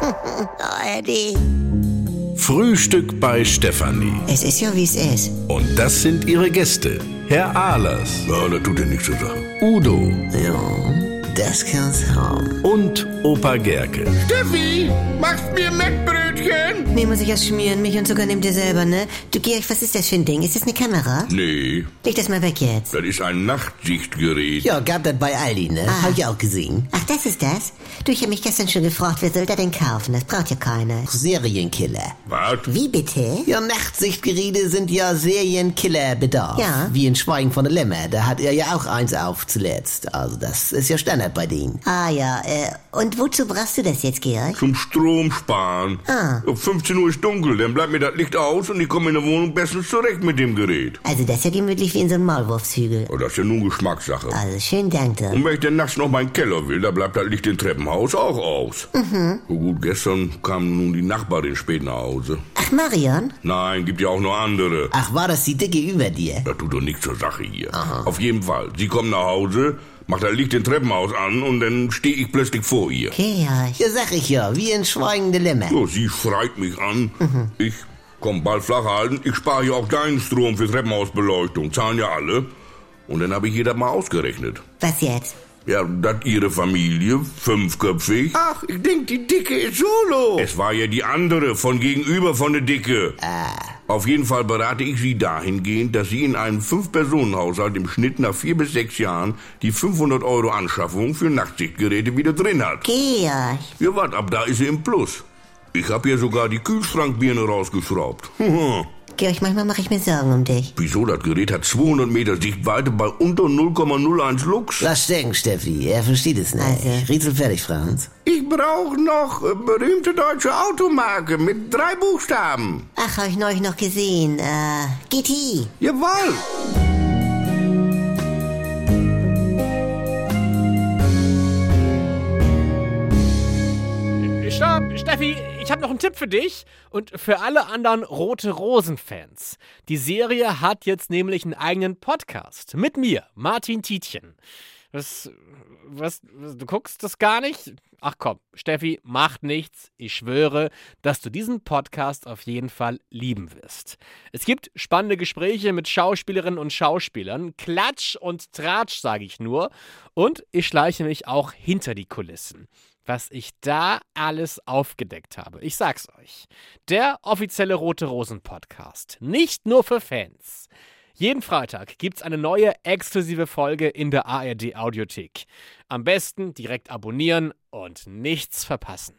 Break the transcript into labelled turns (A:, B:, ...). A: Oh, Eddie.
B: Frühstück bei Stefanie.
A: Es ist ja, wie es ist.
B: Und das sind ihre Gäste. Herr Ahlers,
C: Ja, das tut dir nichts zu sagen.
B: Udo
A: Ja, das kann's haben.
B: und Opa Gerke.
D: Steffi, machst mir Mettbrötchen?
A: Mir muss ich das schmieren. Mich und Zucker nehmt ihr selber, ne? Du, Georg, was ist das für ein Ding? Ist das eine Kamera?
C: Nee,
A: Leg das mal weg jetzt.
C: das ist ein Nachtsichtgerät.
E: Ja, gab das bei Aldi, ne?
A: Ah.
E: Hab ich auch gesehen.
A: Ach, das ist das? Du, ich hab mich gestern schon gefragt, wer soll da denn kaufen? Das braucht ja keiner.
E: Serienkiller.
C: Was?
A: Wie bitte?
E: Ja, Nachtsichtgeräte sind ja Serienkillerbedarf.
A: Ja.
E: Wie in Schweigen von der Lämmer, da hat er ja auch eins auf zuletzt. Also das ist ja Standard bei denen.
A: Ah ja, äh, und wozu brauchst du das jetzt, Georg?
C: Zum Strom sparen.
A: Ah.
C: Um 15 Uhr ist dunkel, dann bleibt mir das Licht aus und ich komme in der Wohnung bestens zurecht mit dem Gerät.
A: Also das ist ja gemütlich wie in so einem Maulwurfshügel.
C: Oh, das ist ja nun Geschmackssache.
A: Also schön Dank dir.
C: Und wenn ich dann nachts noch meinen Keller will, da bleibt das Licht im Treppenhaus auch aus. Mhm. So gut, gestern kam nun die Nachbarin spät nach Hause.
A: Ach, Marion?
C: Nein, gibt ja auch noch andere.
E: Ach, war das die Dicke über dir?
C: Das tut doch nichts zur Sache hier. Auf jeden Fall, sie kommt nach Hause, macht das Licht im Treppenhaus an und dann stehe ich plötzlich vor ihr.
A: Georg.
E: Ja, sag ich ja, wie in Schweigen der Lämmer.
C: Ja, Oh, sie schreit mich an. Ich komm bald flach halten. Ich spare ja auch deinen Strom für Treppenhausbeleuchtung. Zahlen ja alle. Und dann habe ich jeder mal ausgerechnet.
A: Was jetzt?
C: Ja, dat ihre Familie, fünfköpfig.
D: Ach, ich denk, die Dicke ist solo.
C: Es war ja die andere von gegenüber von der Dicke.
D: Ah.
C: Auf jeden Fall berate ich Sie dahingehend, dass Sie in einem Fünf-Personen-Haushalt im Schnitt nach vier bis sechs Jahren die 500 Euro Anschaffung für Nachtsichtgeräte wieder drin hat.
A: Georg.
C: Ja, wart, ab da ist sie im Plus. Ich hab hier sogar die Kühlschrankbirne rausgeschraubt.
A: Georg, manchmal mache ich mir Sorgen um dich.
C: Wieso? Das Gerät hat 200 Meter Sichtweite bei unter 0,01 Lux.
E: Lass stecken, Steffi, er versteht es nicht.
A: Also.
E: Rätsel fertig, Franz.
D: Ich brauch noch äh, berühmte deutsche Automarke mit drei Buchstaben.
A: Ach, habe ich neulich noch gesehen. Äh, GT.
D: Jawohl.
F: Stopp, Steffi, ich habe noch einen Tipp für dich und für alle anderen Rote Rosen-Fans. Die Serie hat jetzt nämlich einen eigenen Podcast mit mir, Martin Tietjen. Was, was, was, du guckst das gar nicht? Ach komm, Steffi, macht nichts. Ich schwöre, dass du diesen Podcast auf jeden Fall lieben wirst. Es gibt spannende Gespräche mit Schauspielerinnen und Schauspielern. Klatsch und Tratsch, sage ich nur. Und ich schleiche mich auch hinter die Kulissen was ich da alles aufgedeckt habe. Ich sag's euch. Der offizielle Rote Rosen Podcast. Nicht nur für Fans. Jeden Freitag gibt's eine neue exklusive Folge in der ARD Audiothek. Am besten direkt abonnieren und nichts verpassen.